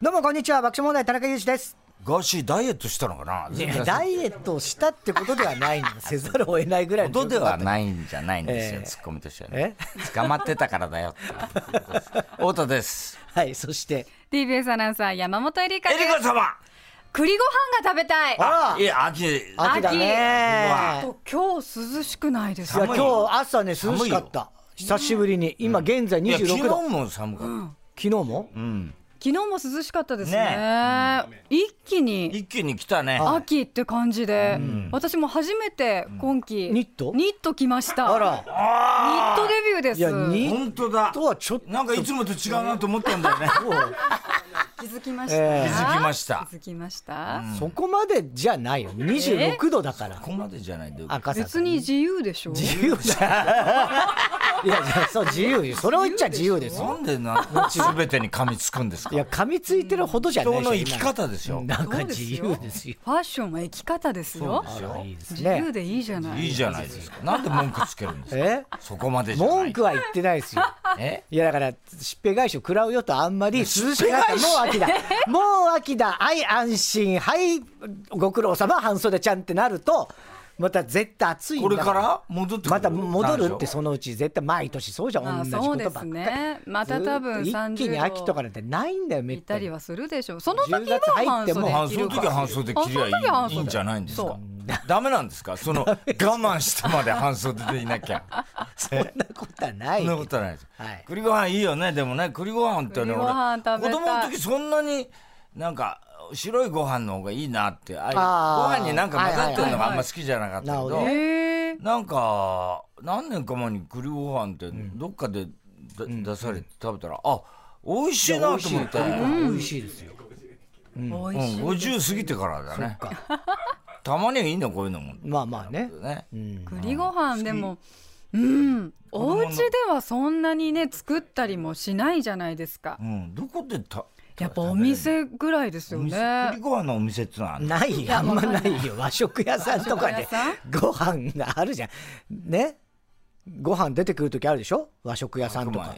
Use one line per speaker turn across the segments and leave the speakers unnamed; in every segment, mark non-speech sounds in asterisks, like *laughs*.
どうもこんにちは爆笑問題田中裕二です
ガーシーダイエットしたのかな
ダイエットをしたってことではないんだせざるを得ないぐらいの
ことで
状況だ
は
った
ないんじゃないんですよ、
ええ *laughs*
ツッコミとしてはね。捕まってたからだよって。太田です。
はいそして
TBS アナウンサー山本エリカ
エ
です
リカ様
栗ご飯が食べたい
あ
いや、秋、
ら秋だ
あ
ね
と今日涼しくないです
いや
か
寒
今
い
日朝ね涼しかった久しぶりに今現在
いや、昨
26
日
度
も寒かっ
昨日も
た。うん。
昨日も涼しかったですね
ね
一気に
一気に来たね。
秋って感じで、私も初めて今季、
うんニット
ニット着ました
あら
ニットデビューです
いやニ
本当だ。
とはちょっと
なんかいつもと違うなと思ったんだよね。
気づきました、
え
え気づきました
気づきました
そこまでじゃないよ26度だから
ここまでじゃないで。
赤坂
別に自由でしょ
自由じゃんいやいやそう自由よそれを言っちゃ自由です
な
よ
ん
*laughs*
でな、すべてに噛みつくんですか
いや噛みついてるほどじゃない
人の
で
生
しょ
き
今
方ですよ。
なんか
そうです
自
よ
由ですよ
ファッションは生き方です
そう
よ
ですよ
あいいです
自
ね
由でいいじゃない
いいじゃないですか。なんで文句つけるんですか
え
そこまでじゃない。
文句は言ってないです
*laughs*
よ。
え
いやだから、しっぺ返しを食らうよとあんまり涼しくなった。もう秋だ。もう秋だ。はい、安心。はい、ご苦労様、半袖ちゃんってなると、また絶対暑いんだ
これから戻ってくる
また戻るって、
そ
そのうち絶対毎年そうじゃ
まあ
ん。同じ
そ
こ
う
と
で
ばっ
す
かり。
ねまた多分
ずっと
30
一気に秋とかなんてないんだよ、め
行
っ
ったた
に
り。はするでしょうその時
10月
は
入っ
半
ても
袖
半
着
その
る
時
か
は半袖着りゃい
あその時は半
い
袖
いいいんじゃないんですか
そ
ダメなんですか
*laughs*
その我慢してまで半袖でいなきゃそん
そんなことはない。
なことはないです、
はい
栗ご飯いいよねでもね栗ご飯ってね
栗ご飯
俺
食べ
子
た
供
い
の時そんなになんか白いご飯の方がいいなってあ
あ
あ
ー
いうご飯になんか混ざってるのが
はいはいはい
あんま好きじゃなかったけど,、
なるほど
へえ
なんか何年か前に栗ご飯ってどっかでだ、出されて食べたらあ美味しいなと思って、
美味しいですよ。
美
う
味し
ん、
い
50過ぎてからだね。 *laughs* たまにはいいんだよ、こういうのも。
まあまあね。
ね。
栗ご飯でもうんお
供の
家ではそんなにね作ったりもしないじゃないですか
うん、どこでた。
やっぱお店ぐらいですよ
お
ね
店栗ご飯のお店ってのはあんの
ないよあんまないよ和食屋さんとかで
和食
ご飯があるじゃんねご飯出てくる時あるでしょ和食屋さんとか
白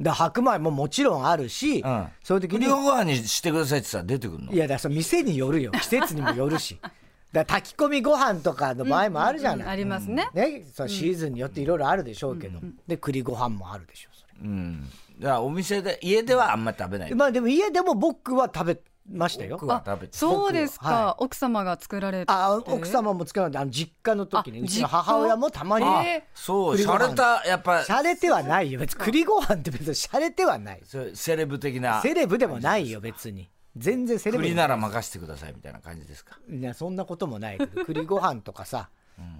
で白米ももちろんあるし、
うん
そういう時に
栗ご飯にしてくださいってさ、出てくるの
い。やだからその店によるよ季節にもよる
*laughs*
しだから炊き込みご飯とかの場合もあるじゃ
うんあ
ない、
りますね
ね、そのシーズンによっていろいろあるでしょうけど、で栗ご飯もあるでしょそれ
うん。だからお店で、家ではあんま食べない。
まあでも家でも僕は食べましたよ
僕は食べて。
そうです
僕はは
か奥様が作られて
あ奥様も作らないであの実家の時に
あ
うちの
実家
母親もたまに、
えー
あ、そう、
栗
洒
ご飯
落た、やっぱ
し、ゃれてはないよ別に栗ご飯って別にしゃれてはない
そうセレブ的な。
セレブでもないよ別に全然セレブ
栗
で
なら任せてくださいみたいな感じですか。
いやそんなこともないけ
*laughs*
ど栗ご飯とかさ、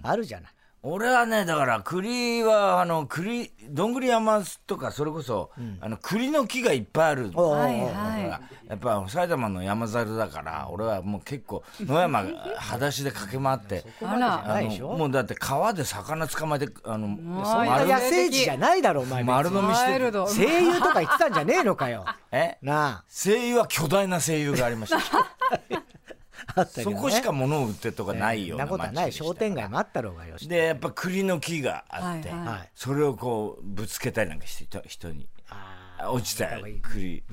あるじゃない
俺はねだから栗はあの栗どんぐり山とかそれこそ、あの栗の木がいっぱいある
おうおうおう
はいは
やっぱ埼玉の山猿だから俺はもう結構野山裸足で駆け回って
いあら
あ
ないでし
の
ょ
もうだって川で魚捕まえてあの
そんな
丸
野生児じゃないだろお前
丸飲みし
ワイ
て
ル
て
ド
声優とか言ってたんじゃねえのかよ
え
な
声優は巨大な声優がありました
ああったけど
そ
ね
こしか物を売ってとかないよ
そんな
うな
ことはない
町でした
商店街もあったろうがよし
でやっぱ栗の木があって、
はいはい
はい
それをこうぶつけたりなんかしてた人に
あ
落ちたよ栗、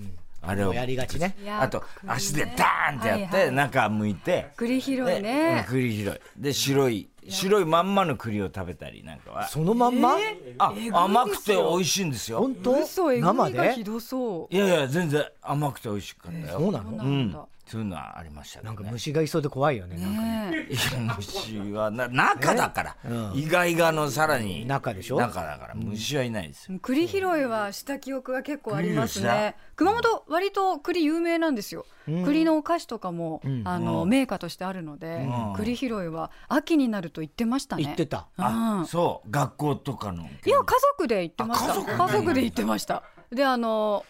あれ
ー
を
やりがちね
いやー
あと
栗ね
足でダーンってやって、
はいはい
中向いて
栗拾い
で
ね
うん栗拾いで白い白いまんまの栗を食べたりなんかは
そのまんま、
あ甘くて美味しいんですよ
本当
嘘えぐ
生
みが
で
ひどそ
いやいや全然甘くて美味しかったよ、
そうな
う
の
なんだ
そういうのはありましたけ
な
ど
んか
ね
虫がいそうで怖いよねなんか
ねえ
いや虫はな中だから、意外がのさらに
中でしょ
中だから虫はいないですよ、
栗拾いはした記憶が結構あります
栗をし
ね熊本割と栗有名なんですよ、栗のお菓子とかも、あの銘菓としてあるので、栗拾いは秋になると言ってましたね
言ってた
うん
あそう学校とかの
いや家族で行ってました
あ家
家
族
族で行ってましたであの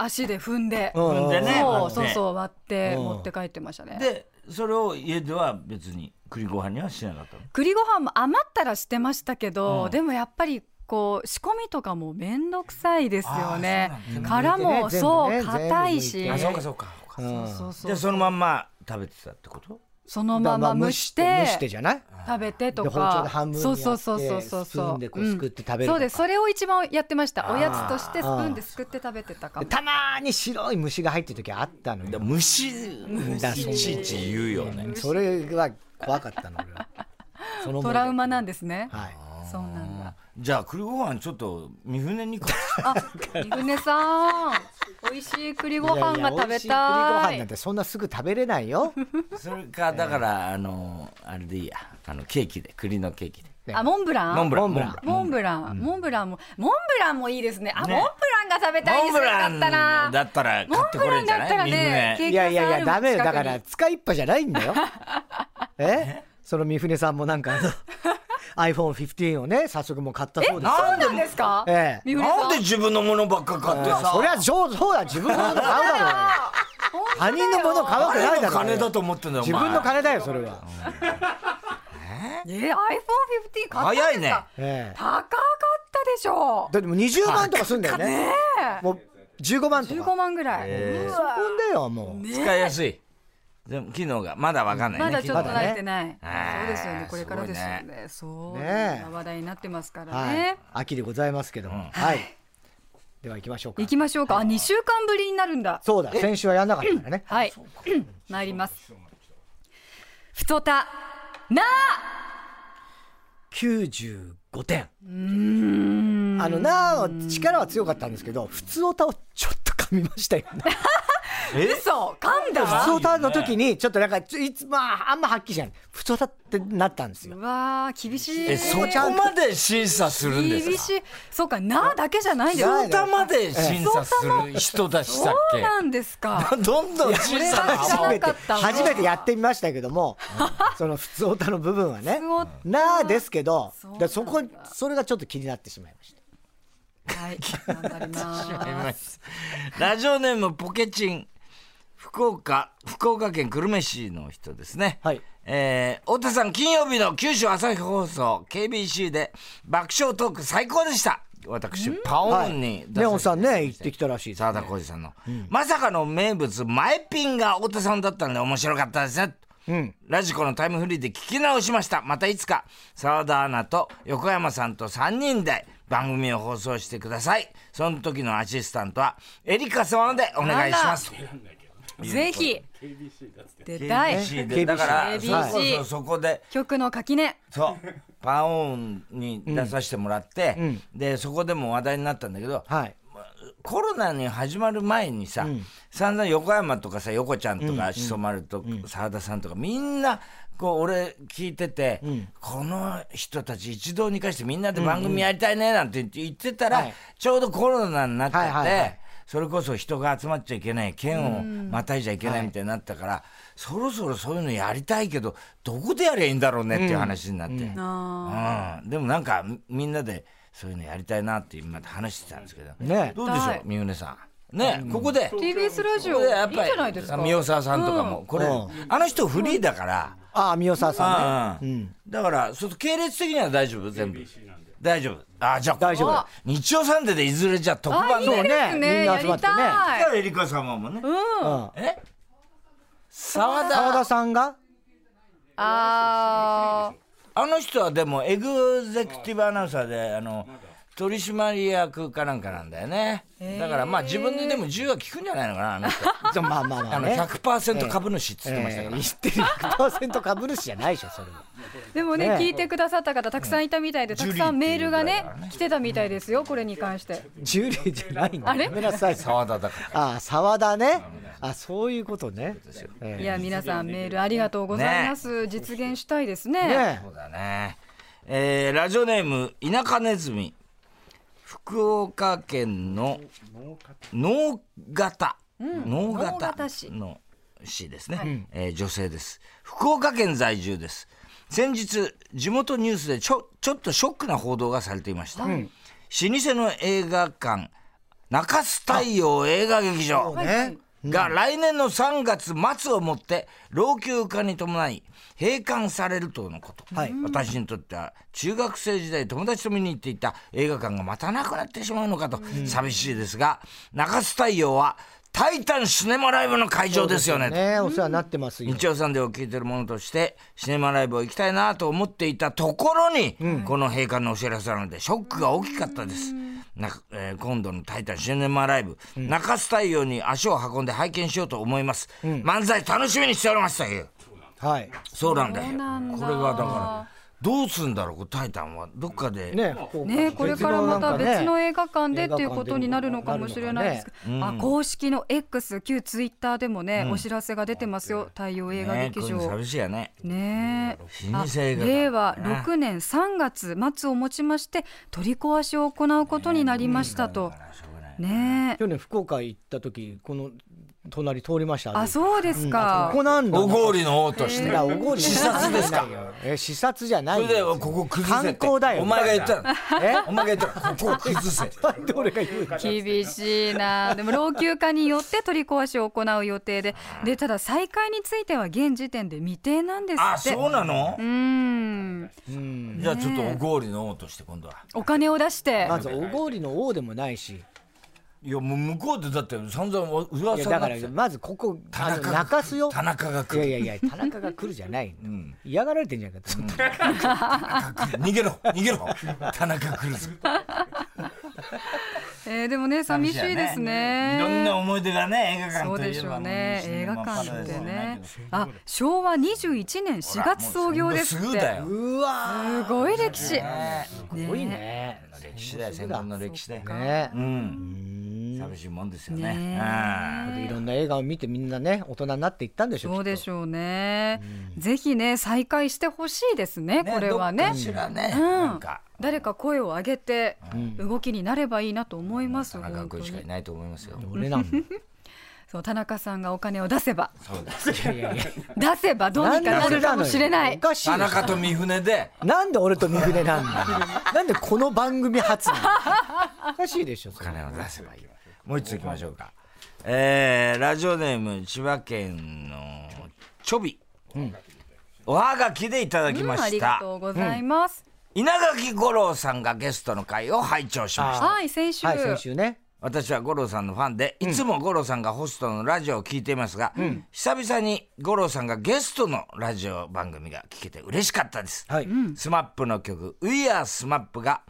足で踏んで、
うん
踏んでね割っ
そう
て
そうそう割って
うん
持って帰ってましたね
でそれを家では別に栗ご飯にはしなかったの
栗ご飯も余ったらしてましたけ
う
ど、
ん
でもやっぱりこう仕込みとかも面倒くさいですよね
あー
殻
全部
も
ね
そう
全部ね
硬
全部
いし
ねあそうか
そうか
うん
そうそう
でそのまんま食べてたってこと
そのまま蒸して
蒸してじゃない
食べてと
で
か
包丁で半分に
そ
や
う
って
そうそうそうそう
スプーンでこう
うん
すくって食べるとか
そうですそれを一番やってましたおやつとしてスプ
あー
ーンですくって食べてたか
で
も
たまに白い虫が入ってる時あったのよ
虫
だそう
いちいち言うよね
それは怖かったの俺
*laughs*
はその思い出
トラウマなんですね
はい
そうなんだ
じゃあ栗ご飯ちょっと三船に買って
あ、三船さん美味しい栗ご飯が食
やや美
べた
味しい栗ご飯
い
なんてそんなすぐ食べれないよ
それかだからあのあれでいいやあのケーキで栗のケーキで
ね
あモンブラン
モンブラン
モンブラン
モンブラン、モンブランも、モンブランもいいですね。あ、
ね
モンブランが食べた
モ
いで
ン
す
ブ
よ
ラ
かったな
ン。だったら買ってこれんじゃない
モンブランだったらね
三船
いやいやいやダメよ
近
だ
くに
から使いっぱじゃないん
*laughs*
だよえその三船さんもなんかあの iPhone15 をね早速もう買ったそうですよ
な
そうなんですか。
ええ
三船さん。
なんで自分のものばっか買ってさ
そりゃそうそうだ自分のもの買うだろうよ
本当
他人のもの買うわけない
誰
だろう
の
よ
金だと思ってんだよお
自
前
分の金だよそれは、
えー、iPhone 15買ったん
早
で
い
す
ね
か。
ええ
高かったでしょう。
だってもう20万とかすんだよねもう15万と
十
か
五万ぐらい。うわ
そんだよもう、
使いやすいでも機能がまだわかんないね
まだちょっと
機能が
慣れてない。
あー
そうですよね。これからですよ
すご
ね。そう。
ねえ
話題になってますから
はい、
ね。
秋でございますけども、はいでは行きましょうか
行きましょうか。あ、二週間ぶりになるんだ。
そうだ先週はやんなかったからね
はい。参ります。ふとた。な
95点あのなあは力は強かったんですけど普通歌をちょっと噛みましたよね
え
嘘噛んだ
普通歌の時にちょっとなんかちょいつまああんまはっきりしない普通歌ってなったんですよ
うわー厳しい
えそこまで審査するんです
厳
か
しいそうかなだけじゃないんです
な
そ
いう
たまで審査する人だしたっ
そう
け
なんですか
どんどん審査が
知ら
甘
な
え
かった
初めてやってみましたけど
*laughs*
もその普通歌の部分はね
普通
なあですけど
そうなん
で
だ
そこそれがちょっと気になってしまいました
はい頑張りま
ますすラジオネームポケチン福岡福岡県久留米市の人ですね
はい
えー太田さん金曜日の九州朝日放送 KBC で爆笑トーク最高でした私パオ
はい
ンに出
ネオンさんね行って
き
きたらしいです
澤田浩二さんの、まさかの名物前ピンが太田さんだったんで面白かったですね、ラジコのタイムフリーで聞き直しましたまたいつか澤田アナと横山さんと3人で番組を放送してくださいその時のアシスタントはエリカ様でお願いします
ぜひ出たい
KBC
は
で
い
だからそう
KBC
そうそうそこで
曲の垣根
そうパオンに出させてもらって、でそこでも話題になったんだけど、
はい
コロナに始まる前にさ、散々横山とかさ横ちゃんとかしそ丸と澤田さんとかみんなこう俺聞いてて、この人たち一堂に会してみんなで番組やりたいねなんて言ってたら、
はい
ちょうどコロナになっちゃって。
はいはいはい
それこそ人が集まっちゃいけない県をまたいじゃいけないみたいになったから、そろそろそういうのやりたいけどどこでやりゃいいんだろうねっていう話になって、
あ
うん、でもなんかみみんなでそういうのやりたいなって今話してたんですけど、
ね
どうでしょう三船さんね、ここで
ー TBS ラジオ
ここで
いいじ
や
ゃ
っぱり
ないですか
宮沢さんとかも、これ、
うん
あの人フリーだから、
ああ三代沢さんね
うんだからそう系列的には大丈夫全部大丈夫あじゃあ
大丈夫
ここは日曜サンデーでいずれじゃあ特
あ
番
い
で
い
そうね
ですね
みん
や
な集まっ
り
てね
たい
エリカ様もね、
うん
え沢
澤
田
田さんが
あ
あの人はでもエグゼクティブアナウンサーであの取締役かなんかなんだよねだからまあ自分ででも10は聞くんじゃないのかなあの人
じゃまあまあま
あ
あ
の
ね
100%株主っつってましたから、
言ってる100%株主じゃないでしょそれは
ーでもね
ね
聞いてくださった方たくさんいたみたいでたくさんメールがね来てたみたいですよこれに関して
ジュリーじゃないんだ
あれ
ごめんなさい
沢田だから
ああ沢田ねあそういうことねええ
いや皆さんメールありがとうございます、実現したいですね
ね
そうだね。えーラジオネーム、田舎ネズミ。福岡県の農方。農
直方市
の市ですね、えー女性です。福岡県在住です。先日、地元ニュースでちょちょっとショックな報道がされていました。老舗の映画館、中洲太陽映画劇場。
えね
が来年の3月末をもって老朽化に伴い閉館されるとのこと、
はい
私にとっては中学生時代友達と見に行っていた映画館がまたなくなってしまうのかと寂しいですが中洲太陽はタイタンシネマライブの会場ですよね。
ねお世話になってますよ。
日曜サンデーを聞いてるものとしてシネマライブを行きたいなと思っていたところに、この閉館のお知らせなのでショックが大きかったです。なえー今度の「タイタンシネマライブ」中洲太陽に足を運んで拝見しようと思います、漫才楽しみにしておりますという
はい。
そうなんだよ
そうなんだ
これはだからどうすんだろうこれタイタンはどっかで、
ね
ね、これからまた別の
映
映画館で
映画
っ
館
て
で
いうことになるのかもしれないですけど、あ公式の X 旧ツイッターでもね、お知らせが出てますよ太陽映画
ね
劇
こういうの
場
寂しいやね
ねえ
老
あ
舗映画館
令和6年3月末をもちまして取り壊しを行うことになりましたとねえ
去年福岡行った時この隣通りました。
あそうですか
ここなんだ。
おごりの王とし
い
て、
やおごり。
視察ですか。
え視察じゃな
そ
い
れ
よ。
でここ崩せって
観光だよ
お前が言ったの
え？
お前が言ったのここ崩せ
なんで俺が言うの。
厳しいなでも老朽化によって取り壊しを行う予定ででただ再開については現時点で未定なんです
あ
って
そうなの、
うん
じゃあちょっとおごりの王として今度は
お金を出して
まずおごりの王でもないし。
いやもう向こうでだって散々噂になっ
い
て
やだ
た
からまずここあの
田中が
泣かすよ。
田中が
い
来
や
る
いやいや田中が来るじゃない。嫌がられてんじゃないかと思った。
逃げろ逃げろ田中来るぞ
えーでもね寂しいです
いろんな
ね。
思い出がね映画
そ
館と
うで
いえ
しょ
ば
うね映画館っ
で
てねあ昭和21年4月創業ですって
すぐだよ
うわ
すごい歴史
ー。すごいね。
歴史だよ戦後の歴史だよ
ね
う。ん寂しいもんですよね
ね
うん
いろんな映画を見てみんなね大人になっていったんでしょ
そうで
ょ
しょうねぜひね再開してほしいですねこれは
どっ
ね
かしらね
うん
なんか
誰か声を上げて動きになればいいなと思います
田中
本当
君しかい
に
ないと思いますよ
俺なんだ
そう田中さんがお金を出せば
そうです
いやいや
出せばどうにかなるかもしれな
お
い
かしい
田
よ
中と三船で
なんで俺と三船なんだよ
*laughs*
なんでこの番組初なのおかしいでしょ
お
それ
金を出せばいいもう一ついきましょうかえー、ラジオネーム千葉県のちょび、おはがきでいただきま
うんあり
し
が
た、
とうございます
稲垣吾郎さんがゲストの回を拝聴しました
はい先週
はい先週ね
私は五郎さんのファンでいつも五郎さんがホストのラジオを聞いていますが、久々に五郎さんがゲストのラジオ番組が聞けて嬉しかったです、
はい
スマップの曲「We Are SMAP」が、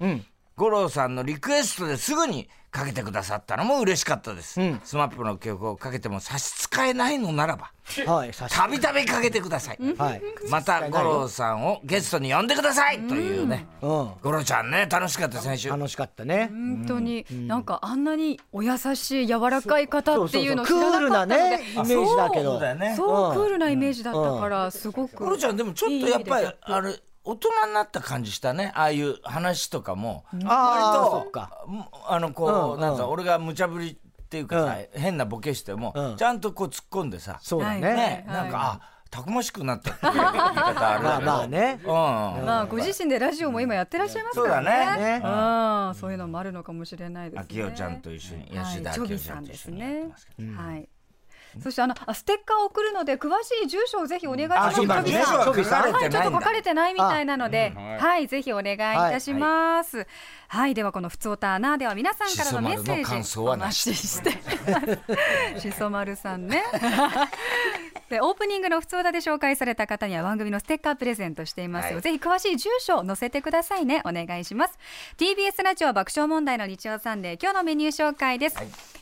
五郎さんのリクエストですぐにかけてくださったのも嬉しかったです、スマップの曲をかけても差し支えないのならば
はいさ
たびたびかけてください、
はい
また五郎さんをゲストに呼んでくださいというね、
うん
五郎ちゃんね楽しかった先週
楽しかったね
本当に、なんかあんなにお優しい柔らかい方っていうのを知
そうそうそう
らなかったので
クールなねイメージだけど
そう
だよね
そう、
うん
クールなイメージだったからすごく、
コロちゃんでもちょっとやっぱりあれ大人になった感じしたねああいう話とかも
ああ
割と
そっか
もあのこう、
うん
なんか俺が無茶ぶりっていうかさ、変なボケしても、
うん
ちゃんとこう突っ込んでさ、
そうだね
はいはい
ねなんかあたくましくなったっていう言い方ある
まあまあね
うん、
まあご自身でラジオも今やってらっしゃいますか
そ
らね
うだ
ね
うん、そういうのもあるのかもしれないですね
秋代ちゃんと一緒に、
はい
吉田
チョ
秋代
ビ
ちゃ
さ
ん
ん
と
で
一
す
緒にやって
ね
ますけど、
はいそしてあのあステッカーを送るので詳しい住所をぜひお願いします
あそうだ
チョビ
住所は
さん
書かれてないんだ
はいちょっと書かれてないみたいなのではいぜひお願いいたしますはい、ではこのふつおたなでは皆さんからのメッ
し
セ
そ丸の
ー
感
ジ
想
お
はな
待
し
ちしていますしそ丸さんねでオープニングのふつおたで紹介された方には番組のステッカープレゼントしていますよ、
はい
ぜひ詳しい住所を載せてくださいねお願いします TBS ラジオ爆笑問題の日曜サンデー今日のメニュー紹介です、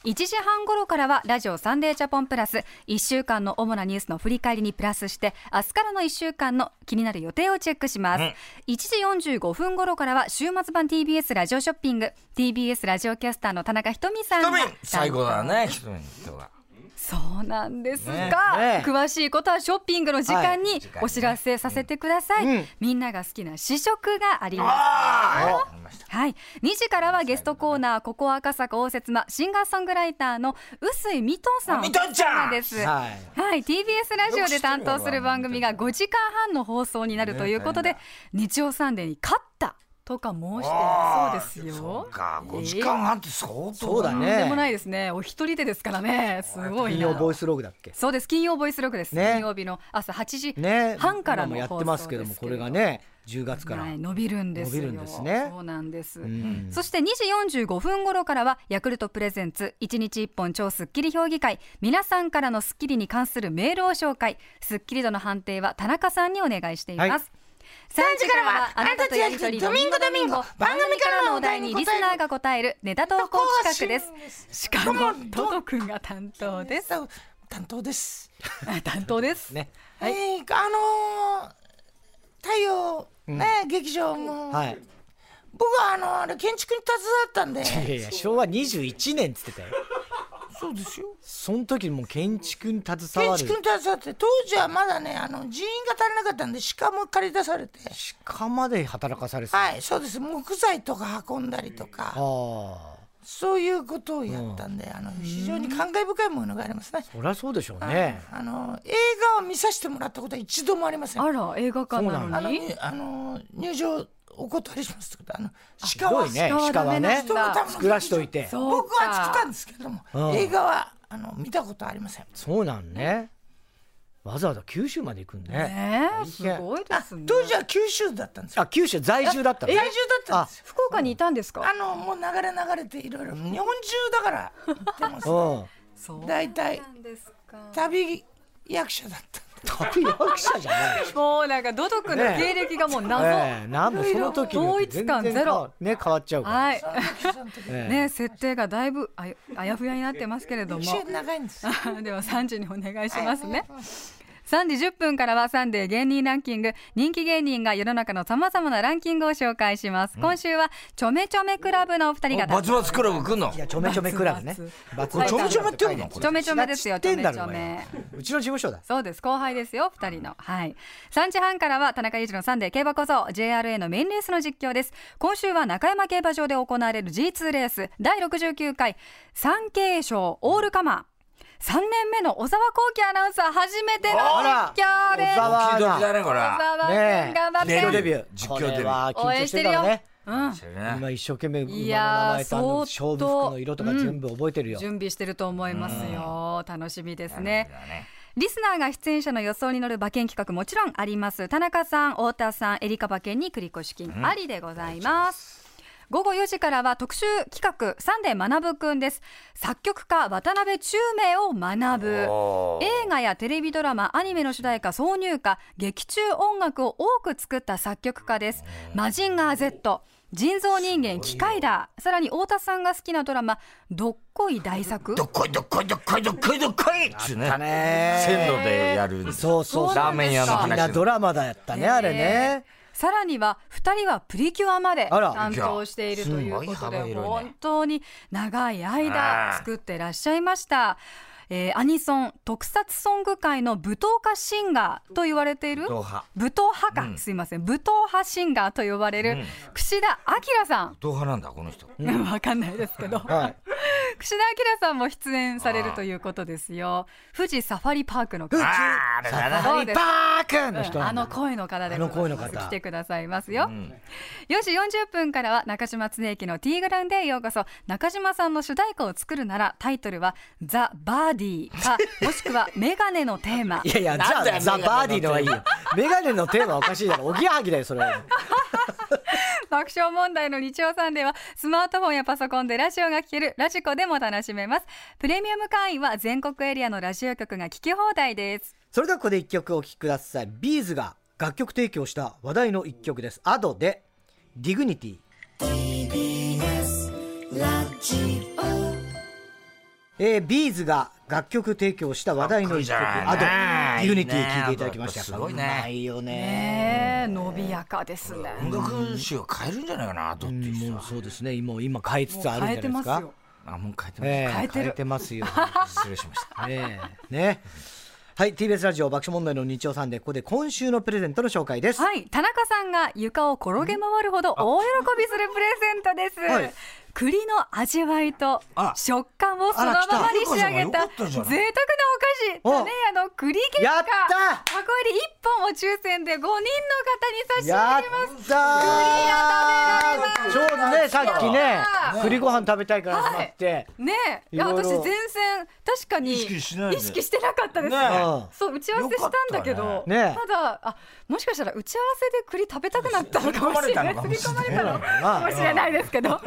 1時半頃からはラジオサンデージャポンプラス1週間の主なニュースの振り返りにプラスして明日からの1週間の気になる予定をチェックします、1時45分頃からは週末版 TBS ラジオショッピング TBS ラジオキャスターの田中ひとみさんが
ひとみん最後だねひとみん今日は
そうなんですが、
ねね
詳しいことはショッピングの時間
は
に
い時間にね
お知らせさせてください、みんなが好きな試食があります
あありました
はい2時からはゲストコーナーここ赤坂応接間シンガーソングライターの臼井ミトンさん
みとんちゃん
です
は
はい、TBS ラジオで担当する番組が5時間半の放送になるということで「日曜サンデー」に勝ったとか申しているそうですよ
そう。か5時間半って相当
そうだ
とんでもな
ね
いですねお一人でですからねすごい
金
な
曜ボイスログだっけ
そうです金曜ボイスログです、
ね
金曜日の朝8時
ね
半から
今も
の
やっ
放
て
送で
ますす
け
け
ど
ど
も
もこれがね10月から、
はい、伸びるんですよ
伸びるんですね
そうなんです、
ん
そして2時45分頃からはヤクルトプレゼンツ1日1本超スッキリ評議会皆さんからのスッキリに関するメールを紹介スッキリ度の判定は田中さんにお願いしています、
はい
3時からはあなたとやりとりドミンゴドミンゴ番組からのお題にリスナーが答えるネタ投稿企画ですしかもトト君が担当です
担当です。
担当です
ね
えーあのー太陽ね、劇場も、
はい
僕はあのーあれ建築に携わったん
いや
で、
いや昭和21年っつってたよ
そうです
*laughs*
よ。
その時もう建築に携
建
わる
築に携わって当時はまだねあの人員が足りなかったんで鹿も借り出されて、
鹿まで働かされてた、
はいそうです木材とか運んだりとか
ああ
そういうことをやったんで、あの非常に感慨深いものがありますね。
そりゃそうでしょうね、
あの映画を見させてもらったことは一度もありません。
あら映画館
そ
な
あの
のに
ねあの入場お断りしますってことあの
ひ
鹿
ど
はい
ね
鹿は
鹿はね
ダメなんだ
作らしといて
そう
僕は作ったんですけれども、
うん
映画はあの見たことありません。
そうなんねわざわざ九州まで行くんね
ねえすごいですね
当時は九州だったんですよ。
あ九州在住だったの
在住だったんですよ。
福岡にいたんですか
あのもう流れ流れていろいろ日本中だから行ってます。
うん
そう
大体
なんですか
旅役者だった。
旅役者じゃないでしょ
もうなんかドド君の
ねえ
経歴がもう謎、
ええなんもその時によって全然
統一感ゼロ
変わね変わっちゃうから、
はい
*laughs* ええ
ね設定がだいぶあやあやふやになってますけれども
一緒に長いんですよ。
*laughs* では3時にお願いしますね。3時10分からはサンデー芸人ランキング人気芸人が世の中のさまざまなランキングを紹介します、今週はちょめちょめクラブのお二人が
バツバツクラブ来んの
いやちょめちょめクラブねバツ
これちょめちょめ
って言うのこれ
ちょめちょめですよ
知ってんだろ
ちょめちょめ
お前うちの事務所だ
そうです後輩ですよ二人のはい3時半からは田中裕二のサンデー競馬こそ JRA のメインレースの実況です今週は中山競馬場で行われる G2 レース第69回産経賞オールカマー3年目の小沢光輝アナウンサー初めての実
小沢
況です
ドキドキだねこれ
小沢
ね
君頑張っ
実況
て
デビュー
実
こ
況デビュー
れは
応
緊張
援
し
してて
るだ
るよ
ろうね
うん
今一生懸命馬の
い
名
やー
前とあの勝
相
負
当
服の色とか全部覚えてるよ、
準備してると思いますよ楽しみですねリスナーが出演者の予想に乗る馬券企画もちろんあります田中さん太田さんエリカ馬券に繰越金ありでございます、午後4時からは特集企画サンデー学ぶくんです作曲家渡辺中明を学ぶ
おー
映画やテレビドラマアニメの主題歌挿入歌劇中音楽を多く作った作曲家です「マジンガー Z」人造人間機械ださらに太田さんが好きなドラマ「どっこい大作」
どっこいどっこいどっこいどっこいどっこいっつうね
だね
線路でやる
そうそうそう
ラーメン屋の
みん
話
なドラマだったね、あれね。
さらには2人はプリキュアまで
あら
担当しているというこ
すご
と
い幅
で
広いね
本当に長い
あ
間
ー
作ってらっしゃいました。えーアニソン特撮ソング界の舞踏家シンガーと言われている
舞踏派
舞踏派か、すいません舞踏派シンガーと呼ばれる、櫛田明さん、
どう派なんだこの人
*laughs* わかんないです
*laughs*
けど
はい。
櫛田明さんも出演されるということですよ富士サファリパークの
あーあれだな
そ
ハ
う
リ
です
パークの人
あ
なんだ
の声の方でございます
あの声の方
来てくださいますよ、4時40分からは中島恒之のティーグラウンドへようこそ中島さんの主題歌を作るならタイトルはザ・バーディーかもしくはメガネのテーマ
いやいや、
なんだよ
ザ・ザ・
メガネの
バーディーのはいいよ。メガネのテーマおかしいだろ。おぎやはぎだよ、それは。
爆笑問題の日曜さんではスマートフォンやパソコンでラジオが聴けるラジコでも楽しめますプレミアム会員は全国エリアのラジオ局が聞き放題です
それではここで一曲お聴きください。ビーズが楽曲提供した話題の一曲です。アドで、ディグニティ。えー、ビーズが楽曲提供した話題の一曲、
かっこい
ア
い
ド、
じ
デ
ゃない
ィグニティ聴いていただきました。
すごいね
やっぱうまいよね。
ええ伸びやかですね
音楽史を変えるんじゃないかなどっていう人
もう
は
そうですね、今、今変えつつあるんじゃ
変
な
え
い
て
で
ますす
か。
よ
あもう変えてます
ええ
変えてる
変えてますよ。
失礼しました
ねえねはい TBS ラジオ爆笑問題の日曜さんでここで今週のプレゼントの紹介です、
はい、田中さんが床を転げ回るほど大喜びするプレゼントです。
はい
栗の味わいと
あ
食感をそのままに仕上げ
あ
た
ら来た
贅沢なお菓子
お
種屋の栗結果
やった
箱入り1本を抽選で5人の方に差し
や
上
っ
げます
たーちょうどねさっきね
ね
栗ご飯食べたいからハマって、
ねえいや
いろい
私
ろ
全然確かに
意識しないで
意識してなかったで
ね
す、
え
うん
そう打ち合わせしたんだけ
よか
ど
ったねね
ただあもしかしたら打ち合わせで栗食べたくなったのかもしれない
刷
刷
り
り
込
込
ま
ま
れ
れ
た
た
の
の
かもしれない
かもしれないですけど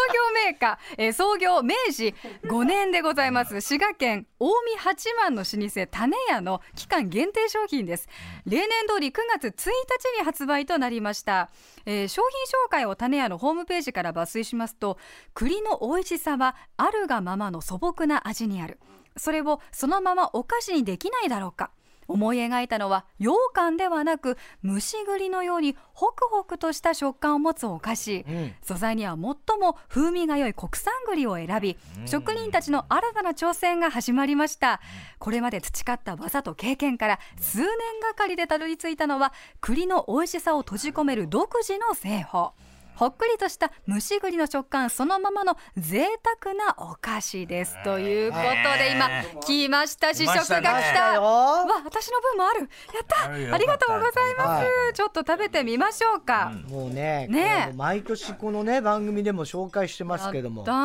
創業メーカー、えー創業明治5年でございます滋賀県近江八幡の老舗種屋の期間限定商品です例年通り9月1日に発売となりました、えー商品紹介を種屋のホームページから抜粋しますと栗の美味しさはあるがままの素朴な味にあるそれをそのままお菓子にできないだろうか思い描いたのは羊羹ではなく蒸し栗のようにホクホクとした食感を持つお菓子、素材には最も風味が良い国産栗を選び職人たちの新たな挑戦が始まりましたこれまで培った技と経験から数年がかりでたどり着いたのは栗の美味しさを閉じ込める独自の製法ほっくりとした蒸し栗の食感そのままの贅沢なお菓子ですということで今来ました試食が
来ま
来
した
た
だよ
わ私の分もあるやった
あるよ
ありがとうございます、
は
ちょっと食べてみましょうか、
もうね
ねえ
これもう毎年このね番組でも紹介してますけどもい
だ
た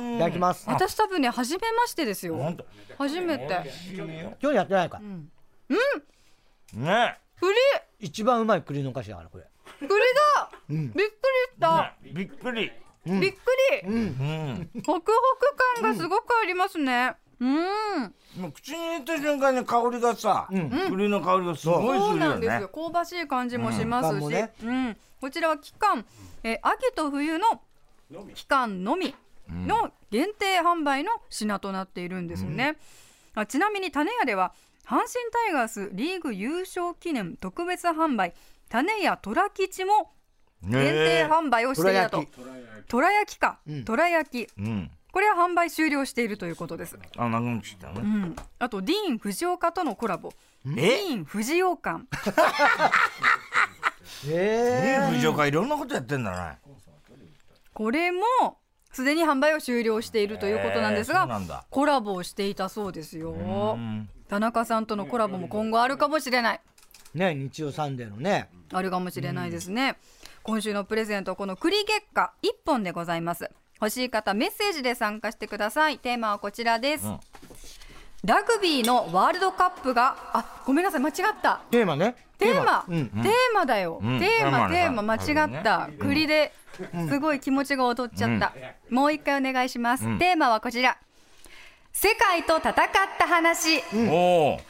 ー
だきます
私多分ね初めましてですよ
ほんと
初めて
今日やってないか、
ね
栗
一番うまい栗のお菓子だからこれ
栗だ、びっくりした、
ねびっくり
びっくり、
うん
ホクホク感がすごくありますねうん、
もう口に入れた瞬間に香りがさ栗の香りがすごい
そ
す
う
る
な
よ
んです
ね
よ香ばしい感じもしますし、
うん
う
食
ん
感
こちらは期間、えー秋と冬の期間のみの限定販売の品となっているんですよね、あちなみに種屋では阪神タイガースリーグ優勝記念特別販売種屋虎吉も限定
ね
販売をしていたと
虎
虎焼きか虎焼き
うん
これは販売終了しているということです、
あなくなっちゃった
う
ね
ん、あとディーン・フジオカとのコラボディ
え
ーン・フジオカン
え
ね藤岡いろんなことやってんだね
これもすでに販売を終了しているということなんです
えーそ
が、
うなんだ
コラボをしていたそうですよ田中さんとのコラボも今後あるかもしれない
ー、ね日曜サンデーのね
あるかもしれないですね、今週のプレゼントこの栗月下1本でございます欲しい方メッセージで参加してくださいテーマはこちらです、
うん
ラグビーのワールドカップがあごめんなさい間違った
テーマね
テーマ、
うん
テーマだよ、
うん
テーマ
テ
テ
ー
ー
マ
マ
だ
間違った、栗ですごい気持ちが躍っちゃった、もう一回お願いします、テーマはこちら世界と戦った話、
おお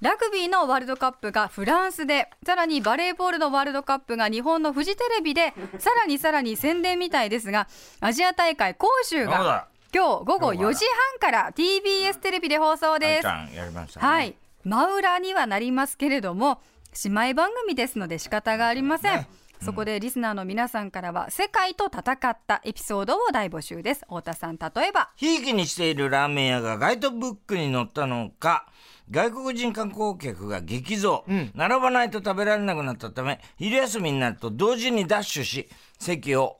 ラグビーのワールドカップがフランスでさらにバレーボールのワールドカップが日本のフジテレビでさらにさらに宣伝みたいですがアジア大会杭州
そう
が
だ
今日午後4時半から TBS テレビで放送
あい
で
ち
す
ゃんやりましたね
はい、真裏にはなりますけれども姉妹番組ですので仕方がありません、そこでリスナーの皆さんからは世界と戦ったエピソードを大募集です太田さん例えば
ひいきにしているラーメン屋がガイドブックに載ったのか、外国人観光客が激増、並ばないと食べられなくなったため、昼休みになると同時にダッシュし、席を、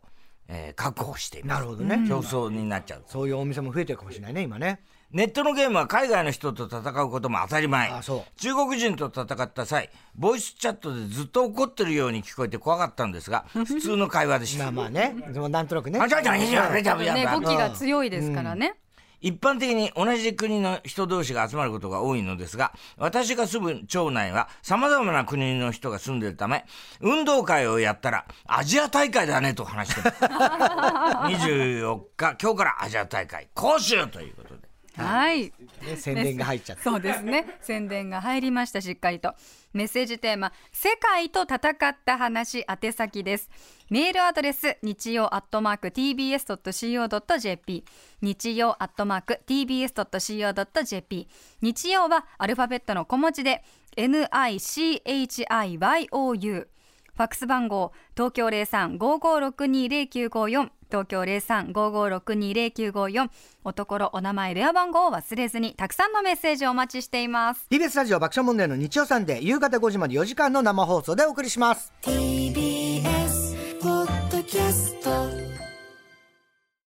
えー確保しています。
なるほどね
競争になっちゃう。
そういうお店も増えてるかもしれないね今ね
ネットのゲームは海外の人と戦うことも当たり前
あそ
中国人と戦った際ボイスチャットでずっと怒ってるように聞こえて怖かったんですが普通の会話でし
まあ
た
まあねでもなんとなくね
あちゃちゃちゃちゃちゃちゃ
ね語気が強いですからね、
一般的に同じ国の人同士が集まることが多いのですが、私が住む町内は様々な国の人が住んでいるため、運動会をやったらアジア大会だねと話してます。24日、今日からアジア大会、杭州ということで。
はい
ね宣伝が入っちゃって
そうですね宣伝が入りましたしっかりとメッセージテーマ「世界と戦った話」宛先ですメールアドレス日曜アットマーク TBS.CO.JP 日曜アットマーク TBS.CO.JP 日曜はアルファベットの小文字で NICHIYOU ファックス番号東京零三五五六二零九五四東京零三五五六二零九五四おところお名前電話番号を忘れずにたくさんのメッセージをお待ちしています
TBS ラジオ爆笑問題の日曜サンデー夕方5時まで4時間の生放送でお送りします
TBS